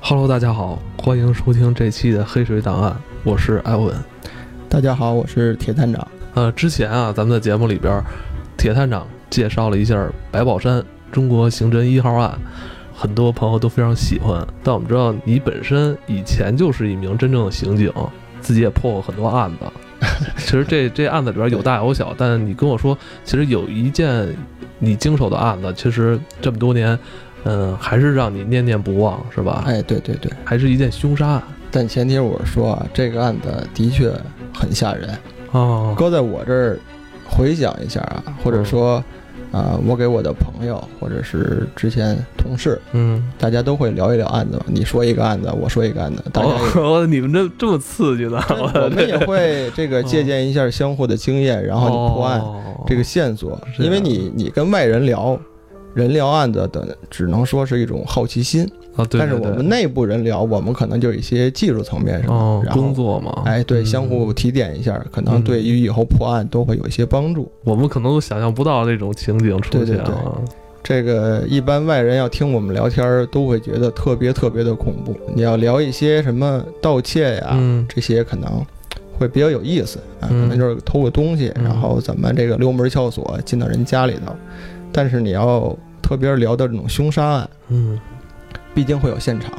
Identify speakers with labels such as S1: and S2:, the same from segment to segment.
S1: Hello，大家好，欢迎收听这期的《黑水档案》，我是艾文。
S2: 大家好，我是铁探长。
S1: 呃，之前啊，咱们的节目里边儿，铁探长介绍了一下白宝山中国刑侦一号案，很多朋友都非常喜欢。但我们知道你本身以前就是一名真正的刑警，自己也破过很多案子。其实这这案子里边有大有小，但你跟我说，其实有一件你经手的案子，其实这么多年，嗯、还是让你念念不忘，是吧？
S2: 哎，对对对，
S1: 还是一件凶杀案
S2: 但前提我是说啊，这个案子的确很吓人。
S1: 哦，
S2: 搁在我这儿回想一下啊，或者说，啊、我给我的朋友或者是之前同事，
S1: 嗯，
S2: 大家都会聊一聊案子嘛。你说一个案子，我说一个案子，大家也、
S1: 哦， 你们这这么刺激的，
S2: 我们也会这个借鉴一下相互的经验，然后你破案
S1: 哦
S2: 这个线索，
S1: 是
S2: 因为
S1: 这样
S2: 你你跟外人聊。人聊案子的，只能说是一种好奇心，
S1: 啊，对，
S2: 但是
S1: 对
S2: 我
S1: 对
S2: 们内部人聊，我们可能就有一些技术层面上的，
S1: 哦，
S2: 然后
S1: 工作嘛，
S2: 哎，对，
S1: 嗯
S2: 相互提点一下，可能对于以后破案都会有一些帮助。
S1: 我们可能都想象不到这种情景出
S2: 对对
S1: 现啊，
S2: 这个一般外人要听我们聊天儿，都会觉得特别特别的恐怖。你要聊一些什么盗窃呀，
S1: 嗯，
S2: 这些可能会比较有意思啊，可
S1: 嗯
S2: 能就是偷个东西，
S1: 嗯
S2: 然后怎么这个溜门撬锁进到人家里头。但是你要特别聊到这种凶杀案，
S1: 嗯，
S2: 毕竟会有现场，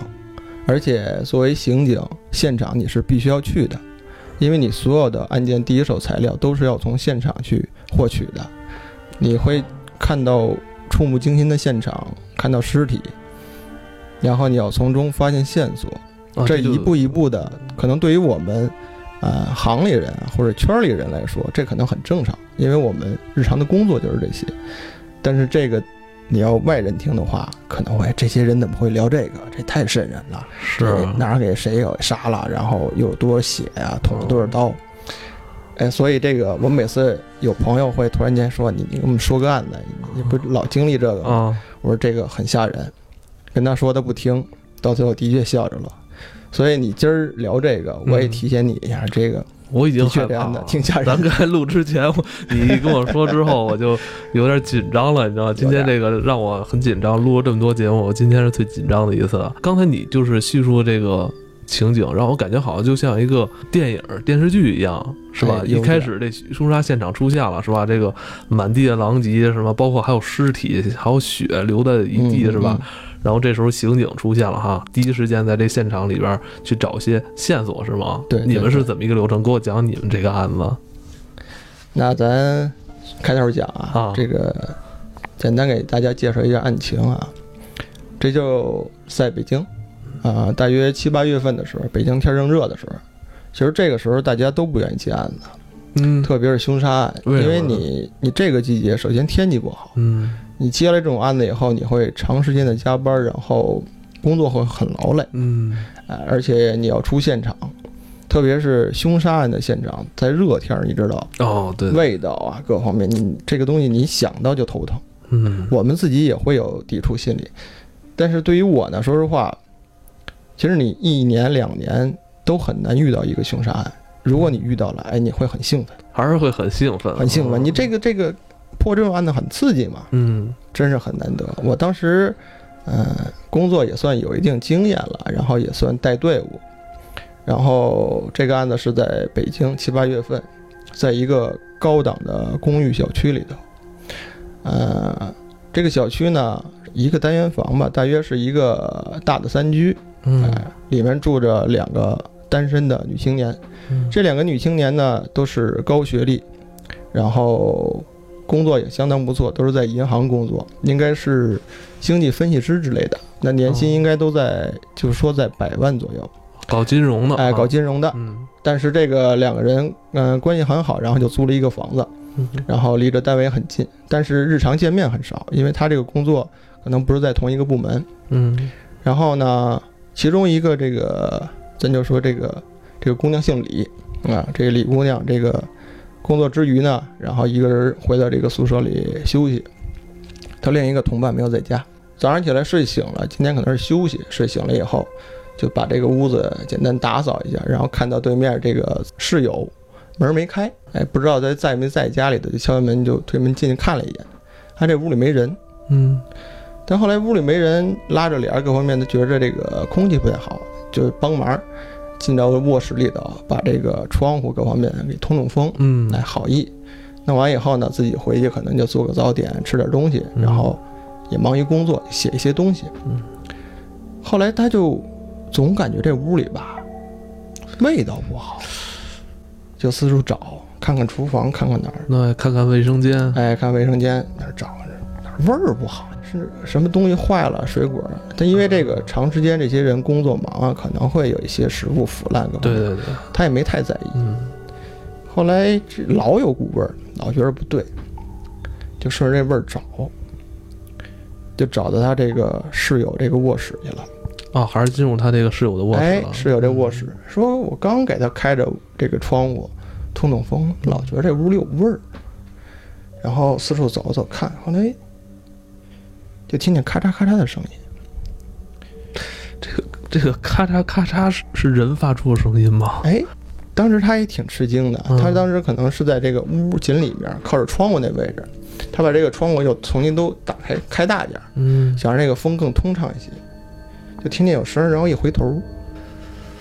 S2: 而且作为刑警，现场你是必须要去的，因为你所有的案件第一手材料都是要从现场去获取的。你会看到触目惊心的现场，看到尸体，然后你要从中发现线索，
S1: 啊
S2: 这
S1: 就
S2: 一步一步的，可能对于我们。呃，行里人或者圈里人来说，这可能很正常，因为我们日常的工作就是这些。但是这个，你要外人听的话，可能会这些人怎么会聊这个？这太瘆人了！
S1: 是啊
S2: 这哪儿给谁给杀了，然后又有多少血啊，捅了多
S1: 哦
S2: 少刀？哎，所以这个我每次有朋友会突然间说：“你你给我们说个案子，你不是老经历这个吗？”
S1: 啊，
S2: 我说这个很吓人，跟他说他不听，到最后的确笑着了。所以你今儿聊这个，我也提醒你一下，这个
S1: 嗯我已经
S2: 的确
S1: 害
S2: 这
S1: 怕
S2: 样的
S1: 了。
S2: 挺 吓
S1: 咱
S2: 人
S1: 刚才录之前，我你跟我说之后，我就有点紧张了，你知道吗？今天这个让我很紧张，录了这么多节目，我今天是最紧张的一次。刚才你就是叙述这个情景，让我感觉好像就像一个电影、电视剧一样，是吧？
S2: 哎
S1: 一开始这凶杀现场出现了，是吧？这个满地的狼藉，什么包括还有尸体，还有血流的一
S2: 嗯
S1: 地，是吧？？然后这时候刑警出现了哈，第一时间在这现场里边去找些线索，是吗？
S2: 对对
S1: 你们是
S2: 对
S1: 怎么一个流程？给我讲你们这个案子。
S2: 那咱开头讲啊，
S1: 啊
S2: 这个简单给大家介绍一下案情啊。这就在北京啊、大约七八月份的时候，北京天正热的时候，其实这个时候大家都不愿意接案子，
S1: 嗯
S2: 特别是凶杀案，
S1: 为什么
S2: 因为
S1: 呢
S2: 你你这个季节，首先天气不好。
S1: 嗯
S2: 你接了这种案子以后，你会长时间的加班，然后工作会很劳累，
S1: 嗯
S2: 啊，而且你要出现场，特别是凶杀案的现场，在热天儿，你知道
S1: 哦对，
S2: 味道啊，各方面，你这个东西你想到就头疼。
S1: 嗯
S2: 我们自己也会有抵触心理，但是对于我呢，说实话，其实你一年两年都很难遇到一个凶杀案。如果你遇到了，哎，你会很兴奋，
S1: 还是会很兴奋，
S2: 很兴奋。你这个这个破这种案子很刺激嘛，
S1: 哦嗯
S2: 真是很难得。我当时，呃，工作也算有一定经验了，然后也算带队伍。然后这个案子是在北京七八月份，在一个高档的公寓小区里头。呃，这个小区呢，一个单元房吧，大约是一个大的三居，
S1: 嗯
S2: 哎，里面住着两个单身的女青年。
S1: 嗯
S2: 这两个女青年呢，都是高学历，然后工作也相当不错，都是在银行工作，应该是经济分析师之类的。那年薪
S1: 哦
S2: 应该都在，就是说在百万左右，
S1: 搞金融的，
S2: 哎，搞
S1: 金
S2: 金融的。
S1: 嗯
S2: 但是这个两个人，嗯、关系很好，然后就租了一个房子，
S1: 嗯
S2: 然后离着单位很近，但是日常见面很少，因为他这个工作可能不是在同一个部门。
S1: 嗯
S2: 然后呢，其中一个这个，咱就说这个这个姑娘姓李啊，这个李姑娘这个工作之余呢，然后一个人回到这个宿舍里休息，她另一个同伴没有在家。早上起来睡醒了，今天可能是休息，睡醒了以后就把这个屋子简单打扫一下，然后看到对面这个室友门没开，哎，不知道在在没在家里的，就敲敲门就推门进去看了一眼，他这屋里没人，
S1: 嗯
S2: 但后来屋里没人，拉着帘儿各方面的，觉着这个空气不太好，就帮忙进到卧室里头，把这个窗户各方面给通通风，
S1: 嗯
S2: 来好意。弄完以后呢，自己回去可能就做个早点，吃点东西，
S1: 嗯
S2: 然后也忙于工作，写一些东西。
S1: 嗯，
S2: 后来他就总感觉这屋里吧味道不好，就四处找，看看厨房，看看哪儿，
S1: 那看看卫生间，
S2: 哎，看卫生间哪儿找哪儿味儿不好，是什么东西坏了，水果儿。但因为这个长时间这些人工作忙啊，可能会有一些食物腐烂各方
S1: 对
S2: 面，
S1: 对对，
S2: 他也没太在意。
S1: 嗯
S2: 后来这老有股味儿，老觉得不对，就顺着这味儿找，就找到他这个室友这个卧室去了。
S1: 啊，还是进入他这个室友的卧室
S2: 哎，
S1: 了，嗯
S2: 室友这卧室，说我刚给他开着这个窗户通通风，老觉得这屋里有味儿，然后四处走走看，后来就听见咔嚓咔嚓的声音。
S1: 这个咔嚓咔嚓是是人发出的声音吗？
S2: 哎，当时他也挺吃惊的，
S1: 嗯
S2: 他当时可能是在这个屋紧里面靠着窗户那位置，他把这个窗户又重新都打开开大点儿，
S1: 嗯，
S2: 想让这个风更通畅一些，就听见有声儿，然后一回头，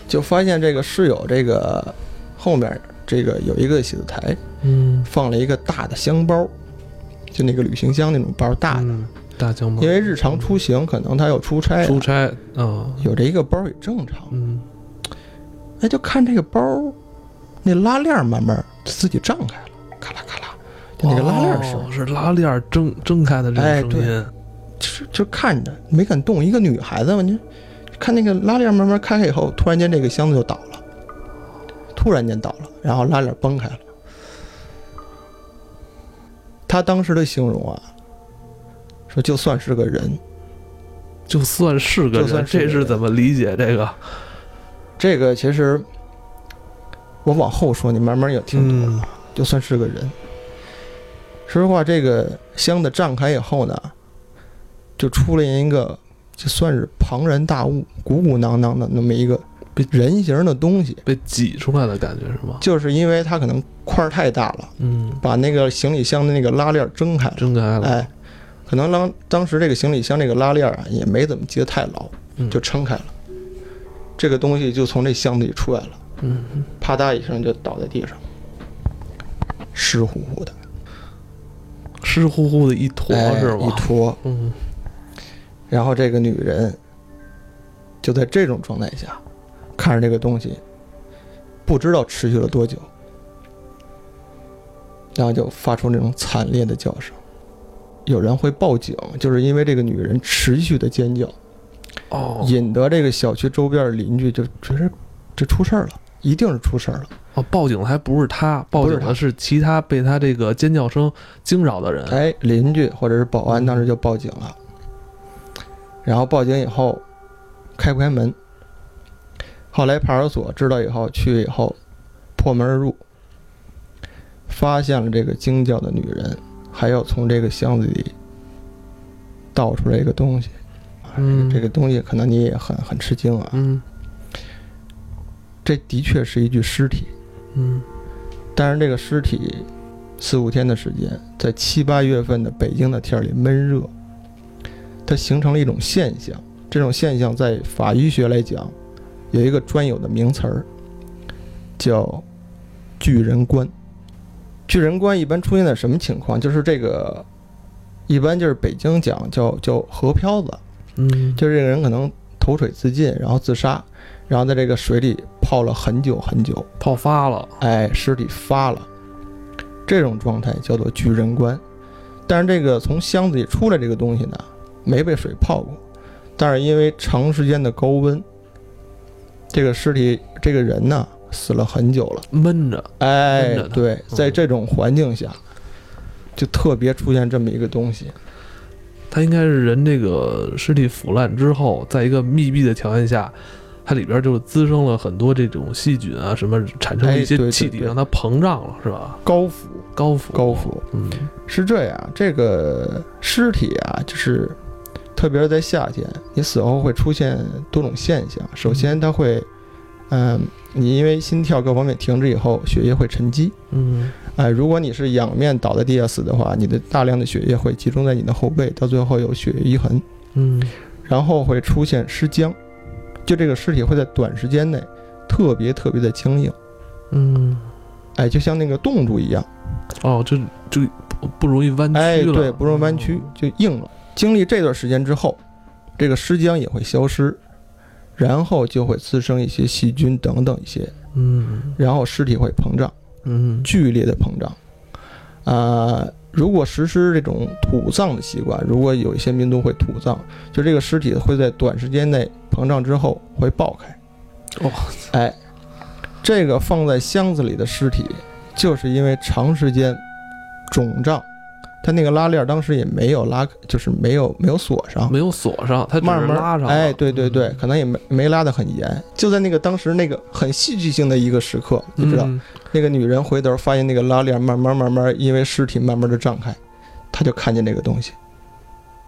S2: 就发现这个室友这个后面这个有一个写字台，
S1: 嗯，
S2: 放了一个大的箱包，就那个旅行箱那种包大的，
S1: 嗯大江包
S2: 因为日常出行可能他要出差啊，
S1: 出差啊，
S2: 有这一个包也正常。
S1: 嗯，
S2: 哎，就看这个包，那拉链慢慢自己胀开了，咔啦咔啦，就那个拉链声
S1: 哦，是拉链儿睁睁开的这
S2: 哎
S1: 个声音，
S2: 就就看着没敢动。一个女孩子嘛，你看那个拉链慢慢开开以后，突然间这个箱子就倒了，突然间倒了，然后拉链崩开了。他当时的形容啊，说就算是个人，
S1: 就算是个
S2: 就算
S1: 人，
S2: 是个
S1: 这
S2: 人
S1: 是怎么理解这个？
S2: 这个其实我往后说，你慢慢也听懂了。
S1: 嗯
S2: 就算是个人。说实话，这个箱子胀开以后呢，就出了一个就算是庞然大物、鼓鼓囊囊的那么一个人形的东西，
S1: 被挤出来的感觉是吗？
S2: 就是因为它可能块儿太大了，
S1: 嗯，
S2: 把那个行李箱的那个拉链挣开了，
S1: 睁开了，
S2: 哎，可能当当时这个行李箱这个拉链啊也没怎么系得太牢，
S1: 嗯
S2: 就撑开了，这个东西就从这箱子里出来了。
S1: 嗯，
S2: 啪嗒一声就倒在地上，湿乎乎的，
S1: 湿乎乎的一坨
S2: 哎
S1: 是
S2: 一
S1: 吗？
S2: 坨。
S1: 嗯，
S2: 然后这个女人就在这种状态下看着这个东西，不知道持续了多久，然后就发出那种惨烈的叫声。有人会报警，就是因为这个女人持续的尖叫，
S1: 哦
S2: 引得这个小区周边的邻居就觉得这出事儿了，一定是出事儿了。
S1: 哦，报警的还不是他，报警
S2: 不是
S1: 的
S2: 他
S1: 是其他被他这个尖叫声惊扰的人。
S2: 哎，邻居或者是保安当时就报警了，然后报警以后开不开门，后来派出所知道以后去以后破门而入，发现了这个惊叫的女人，还有从这个箱子里倒出来一个东西，啊
S1: 嗯
S2: 这个东西可能你也很很吃惊啊，
S1: 嗯
S2: 这的确是一具尸体，
S1: 嗯，
S2: 但是这个尸体四五天的时间，在七八月份的北京的天儿里闷热，它形成了一种现象。这种现象在法医学来讲，有一个专有的名词儿，叫“巨人观”。巨人观一般出现在什么情况？就是这个，一般就是北京讲叫叫河漂子，
S1: 嗯，
S2: 就是这个人可能投水自尽，然后自杀，然后在这个水里泡了很久很久，
S1: 泡发了。
S2: 哎，尸体发了，这种状态叫做巨人观。但是这个从箱子里出来这个东西呢，没被水泡过，但是因为长时间的高温，这个尸体这个人呢死了很久了。
S1: 闷着，
S2: 哎
S1: 闷着呢，嗯
S2: 对，在这种环境下，就特别出现这么一个东西。
S1: 它应该是人这个尸体腐烂之后，在一个密闭的条件下，它里边就滋生了很多这种细菌啊，什么产生了一
S2: 哎对
S1: 些
S2: 对
S1: 气体，
S2: 对
S1: 让它膨胀了，是吧？
S2: 高腐，
S1: 高腐，
S2: 高腐
S1: 嗯，
S2: 是这样，这个尸体啊，就是特别是在夏天，你死后会出现多种现象。首先，它会，啊、嗯，你因为心跳各方面停止以后，血液会沉积。
S1: 嗯
S2: 哎，如果你是仰面倒在地下死的话，你的大量的血液会集中在你的后背，到最后有血液遗痕，
S1: 嗯
S2: 然后会出现尸僵，就这个尸体会在短时间内特别特别的僵硬，
S1: 嗯，
S2: 哎，就像那个冻住一样，
S1: 哦，就就不不容易弯曲了，哦
S2: 哎，对，不容易弯曲，就硬了。经历这段时间之后，这个尸僵也会消失，然后就会滋生一些细菌等等一些，
S1: 嗯。
S2: 然后尸体会膨胀。
S1: 嗯嗯
S2: 剧烈的膨胀。啊、如果实施这种土葬的习惯，如果有一些民族会土葬，就这个尸体会在短时间内膨胀之后会爆开。
S1: 哦，
S2: 哎，这个放在箱子里的尸体，就是因为长时间肿胀，它那个拉链儿当时也没有拉，就是没有没有锁上，
S1: 没有锁上，它只
S2: 慢
S1: 是
S2: 慢
S1: 拉上了。嗯
S2: 哎，对对对，可能也没没拉得很严，就在那个当时那个很戏剧性的一个时刻，你
S1: 嗯，
S2: 知道，
S1: 嗯
S2: 那个女人回头发现那个拉链慢慢慢慢，因为尸体慢慢的胀开，她就看见那个东西，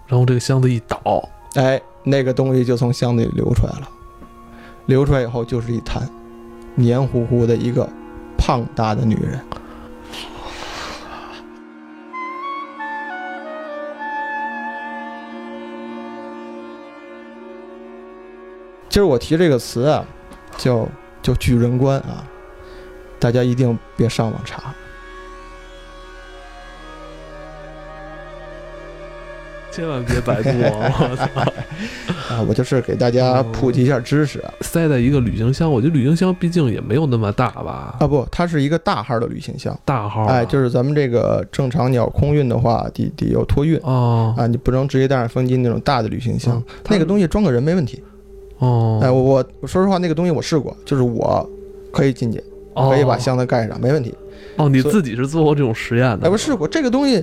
S1: 然后这个箱子一倒，
S2: 哎，那个东西就从箱子里流出来了，流出来以后就是一滩，黏糊糊的一个胖大的女人。今儿我提这个词啊，叫叫巨人观啊，大家一定别上网查。
S1: 千万别百度啊！我操，
S2: 啊，我就是给大家普及一下知识啊！
S1: 塞在一个旅行箱，我觉得旅行箱毕竟也没有那么大吧，
S2: 啊不，它是一个大号的旅行箱，
S1: 大号啊、
S2: 哎，就是咱们这个正常你要空运的话，得得有托运
S1: 哦
S2: 啊，你不能直接带上风机那种大的旅行箱
S1: 嗯，
S2: 那个东西装个人没问题。
S1: 哦，
S2: 哎，我我我说实话，那个东西我试过，就是我可以进去，
S1: 哦
S2: 可以把箱子盖上，没问题。
S1: 哦，你
S2: 所以
S1: 自己是做过这种实验的？
S2: 哎，我试过这个东西，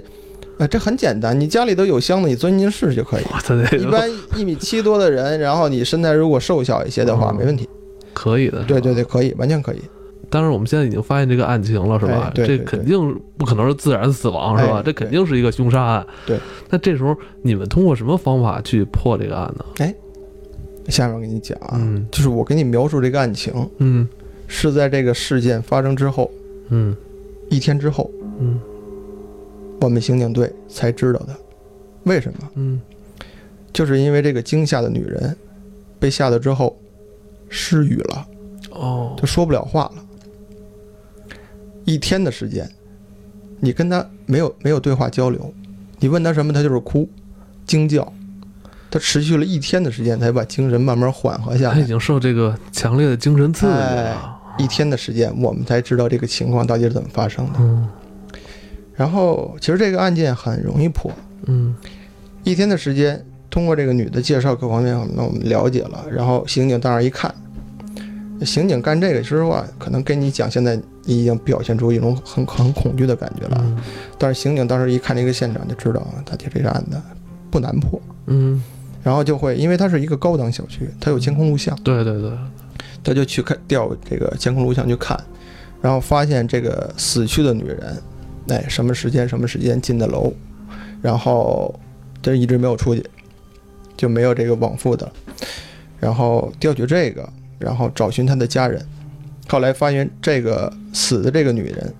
S2: 哎，这很简单，你家里都有箱子，你钻进去试试就可以。
S1: 哇塞，
S2: 一
S1: 那个
S2: 般一米七多的人，然后你身材如果瘦小一些的话，
S1: 嗯
S2: 没问题。
S1: 可以的，是吧
S2: 对对。对，可以，完全可以。
S1: 当然，我们现在已经发现这个案情了，是吧
S2: 哎？对对
S1: 这肯定不可能是自然死亡，是吧？
S2: 哎
S1: 这肯定是一个凶杀案。
S2: 对。
S1: 那这时候你们通过什么方法去破这个案呢？
S2: 下面我给你讲啊，
S1: 嗯
S2: 就是我给你描述这个案情，
S1: 嗯
S2: 是在这个事件发生之后
S1: 嗯
S2: 一天之后，
S1: 嗯
S2: 我们刑警队才知道的。为什么？
S1: 嗯，
S2: 就是因为这个惊吓的女人被吓得之后失语了，
S1: 哦
S2: 就说不了话了。一天的时间，你跟她没有没有对话交流，你问她什么，她就是哭、惊叫。她持续了一天的时间，才把精神慢慢缓和下
S1: 他已
S2: 来。
S1: 经受这个强烈的精神刺激了。
S2: 一天的时间，我们才知道这个情况到底是怎么发生的。
S1: 嗯
S2: 然后，其实这个案件很容易破，
S1: 嗯
S2: 一天的时间，通过这个女的介绍各方面，我们我们了解了。然后刑警到那儿一看，刑警干这个，说实话，可能跟你讲，现在你已经表现出一种很很恐惧的感觉了。
S1: 嗯
S2: 但是刑警当时一看这个现场，就知道啊，大姐这个案子不难破。
S1: 嗯，
S2: 然后就会，因为它是一个高档小区，它有监控录像，
S1: 对对对，
S2: 他就去看调这个监控录像去看，然后发现这个死去的女人，哎，什么时间什么时间进的楼，然后这一直没有出去，就没有这个往复的，然后调取这个，然后找寻她的家人，后来发现这个死的这个女人，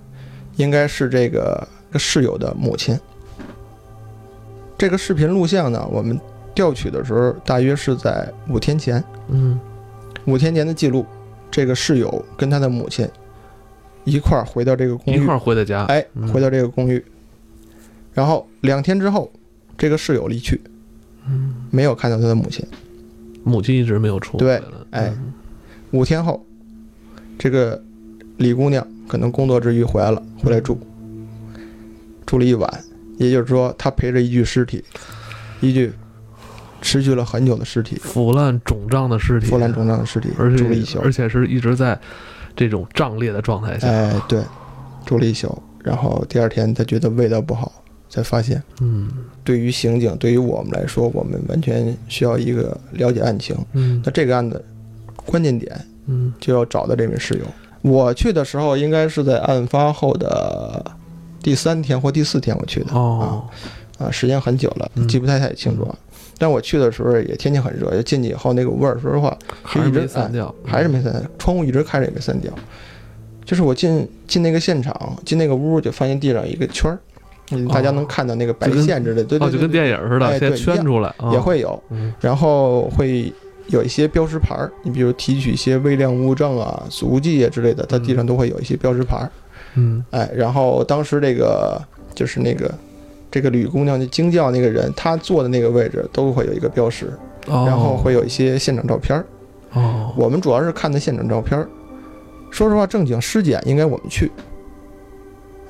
S2: 应该是这个室友的母亲。这个视频录像呢，我们调取的时候大约是在五天前。
S1: 嗯
S2: 五天前的记录，这个室友跟他的母亲一块儿回到这个公
S1: 一
S2: 寓
S1: 块，儿回的家。
S2: 哎
S1: 嗯，
S2: 回到这个公寓，然后两天之后，这个室友离去，
S1: 嗯，
S2: 没有看到他的母亲。
S1: 母亲一直没有出来
S2: 对
S1: 了。
S2: 哎
S1: 嗯，
S2: 五天后，这个李姑娘可能工作之余回来了，回来住，住了一晚，也就是说，她陪着一具尸体，一具持续了很久的尸体，
S1: 腐烂肿胀的尸体，
S2: 腐烂肿胀的尸体，
S1: 哎而
S2: 住了一宿
S1: 且。而且是一直在这种胀裂的状态下。
S2: 哎，对，住了一宿，然后第二天他觉得味道不好，才发现。
S1: 嗯
S2: 对于刑警，对于我们来说，我们完全需要一个了解案情。
S1: 嗯
S2: 那这个案子关键点
S1: 嗯
S2: 就要找到这名室友。我去的时候应该是在案发后的第三天或第四天我去的
S1: 哦，
S2: 啊，时间很久了
S1: 嗯，
S2: 记不太太清楚啊。但我去的时候也天气很热，就进去以后那股味儿，说实话
S1: 还是没散掉，嗯
S2: 还是没散掉，窗户一直开着也没散掉。就是我进进那个现场，进那个屋就发现地上一个圈儿，嗯，大家能看到那个白
S1: 哦就跟
S2: 线之类的，对
S1: 哦，
S2: 对
S1: 就
S2: 对
S1: 跟电影似的，
S2: 哎对
S1: 先圈出来啊，
S2: 也会有，
S1: 嗯
S2: 然后会有一些标识牌儿，你比如提取一些微量物证啊、足迹啊之类的，它地上都会有一些标识牌儿。
S1: 嗯
S2: 哎，然后当时这个就是那个这个吕姑娘就惊叫那个人，她坐的那个位置都会有一个标识，
S1: 哦，
S2: 然后会有一些现场照片儿。
S1: 哦，
S2: 我们主要是看的现场照片儿。说实话，正经尸检应该我们去，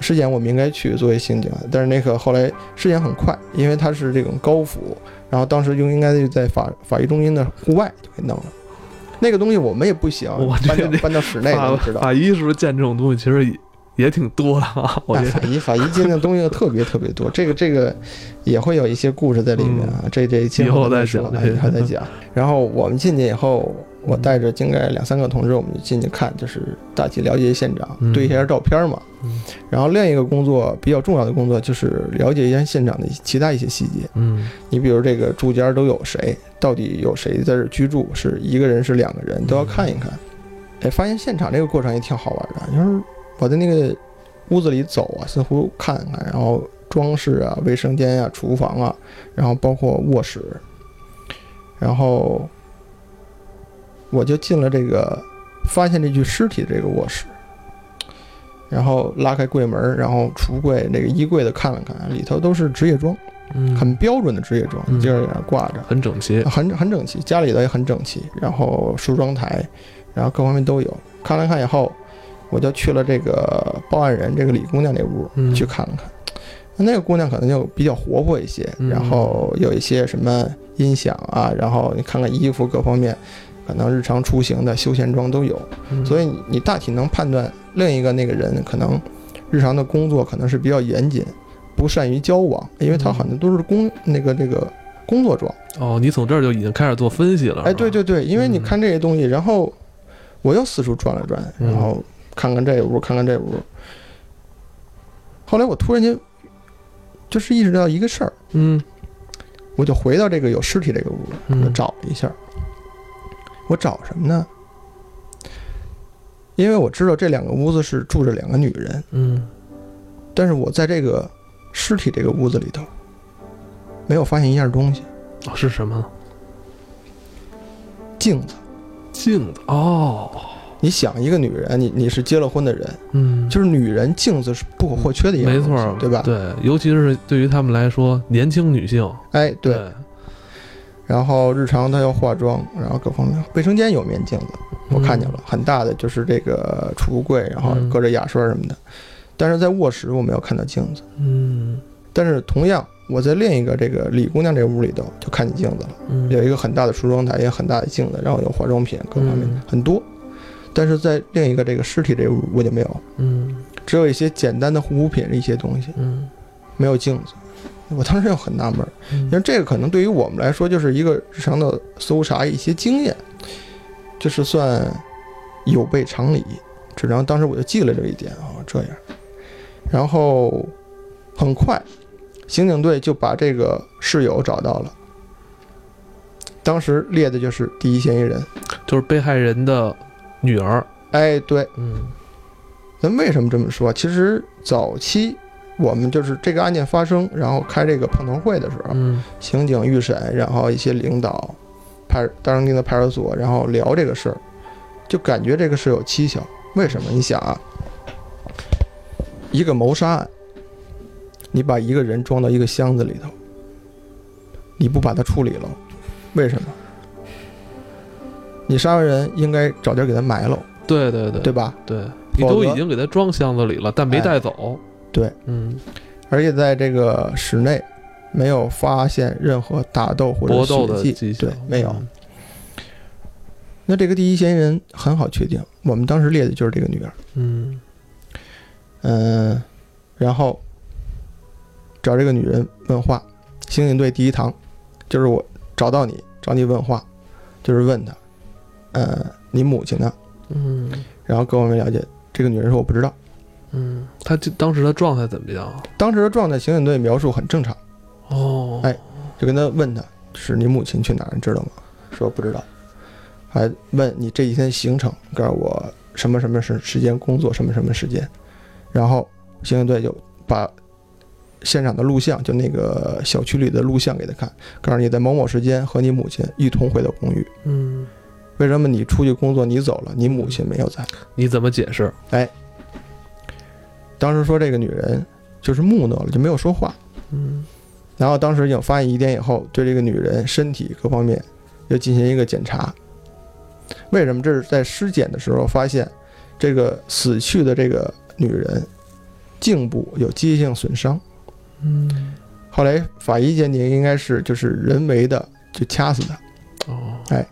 S2: 尸检我们应该去作为刑警，啊但是那个后来尸检很快，因为它是这种高府，然后当时就应该就在法法医中心的户外就给弄了。那个东西我们也不想
S1: 我
S2: 搬
S1: 这
S2: 到搬到 室内的，
S1: 法
S2: 你知道。
S1: 法医是不是见这种东西其实也也挺多的啊？我
S2: 那
S1: 觉
S2: 法
S1: 得
S2: 医法医鉴定的东西特别特别多，这个这个也会有一些故事在里面啊。这这
S1: 嗯
S2: 今
S1: 以后再
S2: 再说，
S1: 讲
S2: 哎以后再讲。然后我们进去以后，我带着应该两三个同志，我们就进去看，就是大体了解现场，
S1: 嗯
S2: 对一下照片嘛
S1: 嗯。
S2: 然后另一个工作比较重要的工作就是了解一下现场的其他一些细节。
S1: 嗯
S2: 你比如这个住家都有谁，到底有谁在这儿居住，是一个人是两个人，都要看一看。哎，发现现场这个过程也挺好玩的，就是我在那个屋子里走啊，似乎看看，然后装饰啊、卫生间啊、厨房啊，然后包括卧室，然后我就进了这个发现这具尸体的这个卧室。然后拉开柜门，然后橱柜那个衣柜的看了看，里头都是职业装。
S1: 嗯，
S2: 很啊标准的职业装
S1: 嗯，
S2: 就是有点挂着，
S1: 很整齐，
S2: 很很整齐，家里头也很整齐，然后梳妆台，然后各方面都有。看了看以后，我就去了这个报案人这个李姑娘那屋
S1: 嗯
S2: 去看了看。那个姑娘可能就比较活泼一些，
S1: 嗯
S2: 然后有一些什么音响啊，然后你看看衣服各方面，可能日常出行的休闲装都有。所
S1: 以
S2: 以你大体能判断另一个那个人可能日常的工作可能是比较严谨，不善于交往，因为他
S1: 嗯
S2: 好像都是工那个这个工作状。
S1: 哦，你从这儿就已经开始做分析了，
S2: 哎，对
S1: 是吧，
S2: 对对，因为你
S1: 嗯
S2: 看这些东西，然后我又四处转了转，
S1: 嗯
S2: 然后看看这屋，看看这屋。后来我突然间就是意识到一个事儿，
S1: 嗯
S2: 我就回到这个有尸体这个屋，我
S1: 嗯，
S2: 找了一下，我找什么呢？因为我知道这两个屋子是住着两个女人，
S1: 嗯
S2: 但是我在这个尸体这个屋子里头，没有发现一样东西，
S1: 哦是什么
S2: 镜子。
S1: 镜子哦，
S2: 你想，一个女人，你你是结了婚的人，
S1: 嗯，
S2: 就是女人镜子是不可或缺的一样
S1: 没
S2: 东西，
S1: 错儿，
S2: 对吧？
S1: 对，尤其是对于他们来说，年轻女性，
S2: 哎，对。
S1: 对，
S2: 然后日常她要化妆，然后各方面，卫生间有面镜子，我看见了，很大的，就是这个储物柜，然后
S1: 嗯
S2: 搁着牙刷什么的。但是在卧室我没有看到镜子，
S1: 嗯，
S2: 但是同样我在另一个这个李姑娘这屋里头就看见镜子了。
S1: 嗯
S2: 有一个很大的梳妆台，也有很大的镜子，然后有化妆品，各方面
S1: 嗯
S2: 很多。但是在另一个这个尸体这屋我就没有，
S1: 嗯
S2: 只有一些简单的护肤品一些东西，
S1: 嗯
S2: 没有镜子。我当时就很纳闷儿，因为
S1: 嗯，
S2: 这个可能对于我们来说就是一个日常的搜查一些经验，就是算有悖常理。只能当时我就记了这一点啊、这样。然后很快，刑警队就把这个室友找到了。当时列的就是第一嫌疑人。
S1: 就是被害人的女儿，
S2: 哎，对，
S1: 嗯
S2: 咱为什么这么说？其实早期我们就是这个案件发生，然后开这个碰头会的时候，
S1: 嗯
S2: 刑警预审，然后一些领导派当地的派出所，然后聊这个事儿，就感觉这个事有蹊跷。为什么？你想啊，一个谋杀案，你把一个人装到一个箱子里头，你不把他处理了，为什么？你杀完人应该找地儿给他埋了，
S1: 对对对
S2: 对吧？
S1: 对，你都已经给他装箱子里了，但没带走。
S2: 哎对，
S1: 嗯，
S2: 而且在这个室内没有发现任何打斗或者
S1: 搏斗的
S2: 血
S1: 迹
S2: 迹，
S1: 象
S2: 对，没有。那这个第一嫌疑人很好确定，我们当时列的就是这个女儿。
S1: 嗯，
S2: 嗯，然后找这个女人问话，刑警队第一堂就是我找到你，找你问话，就是问她，呃，你母亲呢？
S1: 嗯嗯
S2: 然后跟我们了解，这个女人说我不知道。
S1: 嗯，他就当时的状态怎么样啊？
S2: 当时的状态，刑警队描述很正常，
S1: 哦，
S2: 哎就跟他问她，是你母亲去哪儿，你知道吗？”说不知道，还问你这一天行程，告诉我什么什么时时间工作，什么什么时间，然后刑警队就把现场的录像，就那个小区里的录像给他看，告诉你在某某时间和你母亲一同回到公寓。
S1: 嗯，
S2: 为什么你出去工作，你走了，你母亲没有在？
S1: 你怎么解释？
S2: 当时说这个女人就是木讷了，就没有说话。
S1: 嗯
S2: 然后当时有发现疑点以后，对这个女人身体各方面又进行一个检查。为什么？这是在尸检的时候发现，这个死去的这个女人颈部有机械性损伤。
S1: 嗯，
S2: 后来法医鉴定应该是就是人为的就掐死的，
S1: 哦，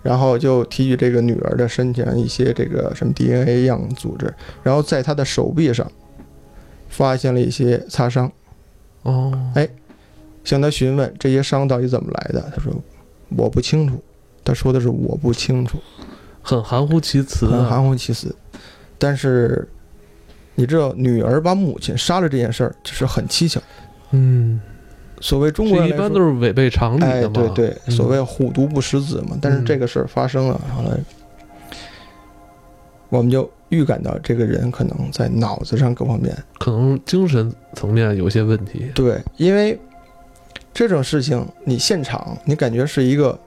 S2: 然后就提取这个女儿的身体上一些这个什么 DNA 样组织，然后在她的手臂上发现了一些擦伤。
S1: 哦，
S2: 向他询问这些伤到底怎么来的，他说我不清楚，他说的是我不清楚，
S1: 很含糊其辞
S2: 很
S1: 啊。
S2: 含糊其辞。但是你知道，女儿把母亲杀了这件事儿，就是很蹊跷。
S1: 嗯，
S2: 所谓中国
S1: 这
S2: 人
S1: 一
S2: 来说
S1: 般都是违背常理
S2: 哎，
S1: 的嘛。
S2: 对对，
S1: 嗯
S2: 所谓虎毒不食子嘛。但是这个事儿发生了，后来我们就预感到这个人可能在脑子上各方面
S1: 可能精神层面有些问题。
S2: 对，因为这种事情你现场你感觉是一个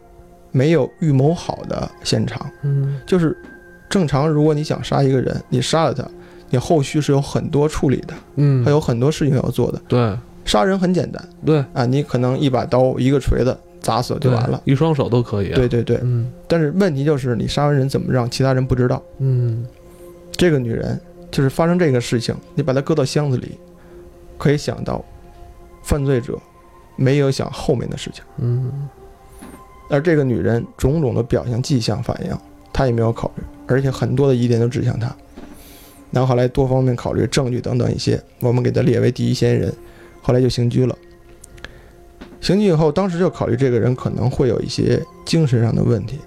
S2: 没有预谋好的现场。
S1: 嗯
S2: 就是正常，如果你想杀一个人，你杀了他，你后续是有很多处理的，
S1: 嗯，
S2: 还有很多事情要做的。
S1: 对
S2: 杀人很简单
S1: 对
S2: 啊，你可能一把刀、一个锤子砸死了就
S1: 对
S2: 完了。，
S1: 一双手都可以。
S2: 对，对对，
S1: 嗯
S2: 但是问题就是你杀完人怎么让其他人不知道？
S1: 嗯
S2: 这个女人就是发生这个事情，你把她搁到箱子里，可以想到犯罪者没有想后面的事情，
S1: 嗯，
S2: 而这个女人种种的表象、迹象、反应，她也没有考虑，而且很多的疑点都指向她。然后后来多方面考虑证据等等一些，我们给他列为第一嫌疑人，后来就刑拘了。刑拘以后，当时就考虑这个人可能会有一些精神上的问题。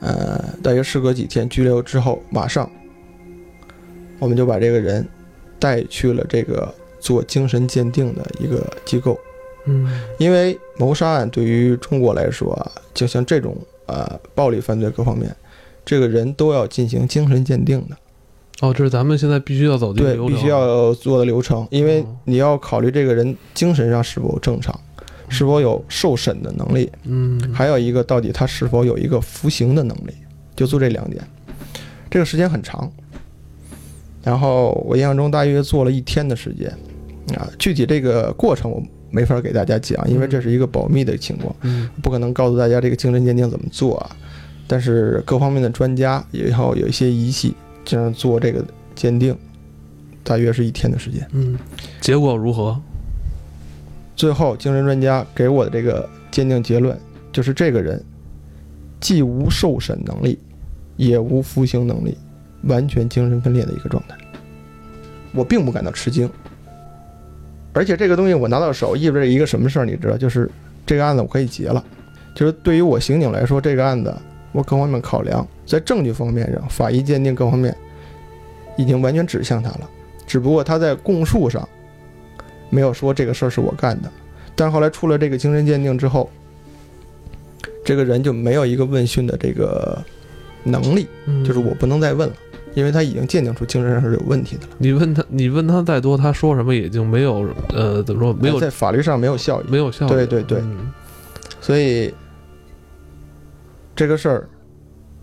S2: 呃，大约事隔几天拘留之后，马上我们就把这个人带去了这个做精神鉴定的一个机构。
S1: 嗯
S2: 因为谋杀案对于中国来说啊，就像这种呃暴力犯罪各方面，这个人都要进行精神鉴定的，
S1: 哦，这是咱们现在必须要走进
S2: 对，
S1: 流
S2: 必
S1: 程。啊
S2: 须要做的流程，因为
S1: 嗯
S2: 你要考虑这个人精神上是否正常，是否有受审的能力，
S1: 嗯，
S2: 还有一个到底他是否有一个服刑的能力，就做这两点。这个时间很长，然后我印象中大约做了一天的时间，啊，具体这个过程我没法给大家讲，因为这是一个保密的情况。
S1: 嗯
S2: 不可能告诉大家这个精神鉴定怎么做啊。但是各方面的专家也要有一些仪器，这样做这个鉴定，大约是一天的时间。
S1: 嗯，结果如何？
S2: 最后，精神专家给我的这个鉴定结论就是，这个人既无受审能力，也无服刑能力，完全精神分裂的一个状态。我并不感到吃惊，而且这个东西我拿到手意味着一个什么事儿，你知道，就是这个案子我可以结了。就是对于我刑警来说，这个案子我各方面考量，在证据方面上，法医鉴定各方面已经完全指向他了，只不过他在供述上没有说这个事儿是我干的。但后来出了这个精神鉴定之后，这个人就没有一个问讯的这个能力，
S1: 嗯，
S2: 就是我不能再问了，因为他已经鉴定出精神上是有问题的了，
S1: 你问他，你问他再多，他说什么已经没有呃，怎么说没有
S2: 哎在法律上没有效益，
S1: 没有效果。
S2: 对对对
S1: 嗯
S2: 所以这个事儿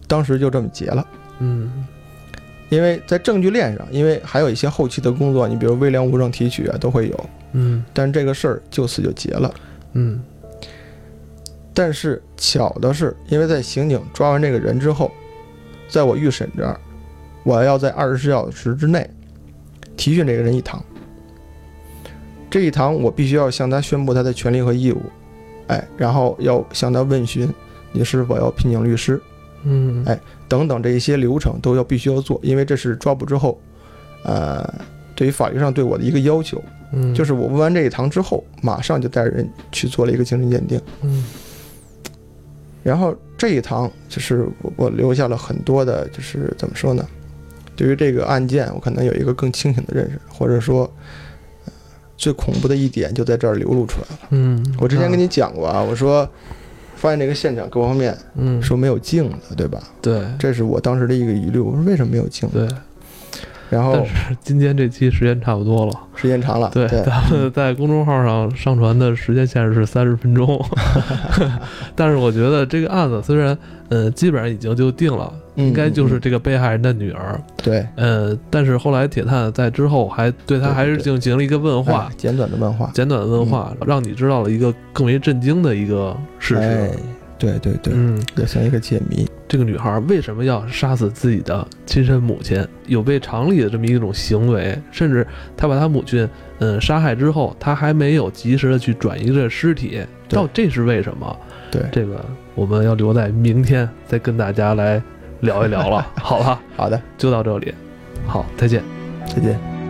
S2: 当时就这么结了。
S1: 嗯
S2: 因为在证据链上，因为还有一些后期的工作，你比如微量物证提取啊都会有，
S1: 嗯
S2: 但是这个事儿就此就结了。
S1: 嗯
S2: 但是巧的是，因为在刑警抓完这个人之后，在我预审这儿，我要在二十小时之内提讯这个人一堂。这一堂我必须要向他宣布他的权利和义务，哎，然后要向他问询你是否要聘请律师，
S1: 嗯，
S2: 哎等等这一些流程都要必须要做，因为这是抓捕之后，呃，对于法律上对我的一个要求，
S1: 嗯，
S2: 就是是我问完这一堂之后，马上就带人去做了一个精神鉴定。
S1: 嗯
S2: 然后这一堂就是我我留下了很多的，就是怎么说呢？对于这个案件，我可能有一个更清醒的认识，或者说，呃最恐怖的一点就在这儿流露出来了。
S1: 嗯，
S2: 我之前跟你讲过啊，我说发现这个现场各方面
S1: 嗯
S2: 说没有镜子，对吧？
S1: 对
S2: 这是我当时的一个疑虑，我说为什么没有镜子？
S1: 对，
S2: 然后
S1: 但是今天这期时间差不多了，
S2: 时间长了，
S1: 对，
S2: 对
S1: 咱们在公众号上上传的时间限制是三十分钟， 但是我觉得这个案子虽然呃基本上已经就定了， 应
S2: 应
S1: 该就是这个被害人的女儿，
S2: 嗯对
S1: 呃，但是后来铁探在之后还对他
S2: 对
S1: 还是
S2: 对
S1: 进行了一个问话，
S2: 哎嗯简短的漫画
S1: 简短的问话，让你知道了一个更为震惊的一个事实。
S2: 哎，对对对，
S1: 嗯，
S2: 也算一个解谜。
S1: 这个女孩为什么要杀死自己的亲生母亲？有悖常理的这么一种行为，甚至她把她母亲嗯杀害之后，她还没有及时的去转移这尸体，
S2: 对
S1: 到底这是为什么？
S2: 对，
S1: 这个我们要留在明天再跟大家来聊一聊了，好吧？
S2: 好的，
S1: 就到这里，好，再见。
S2: 再见。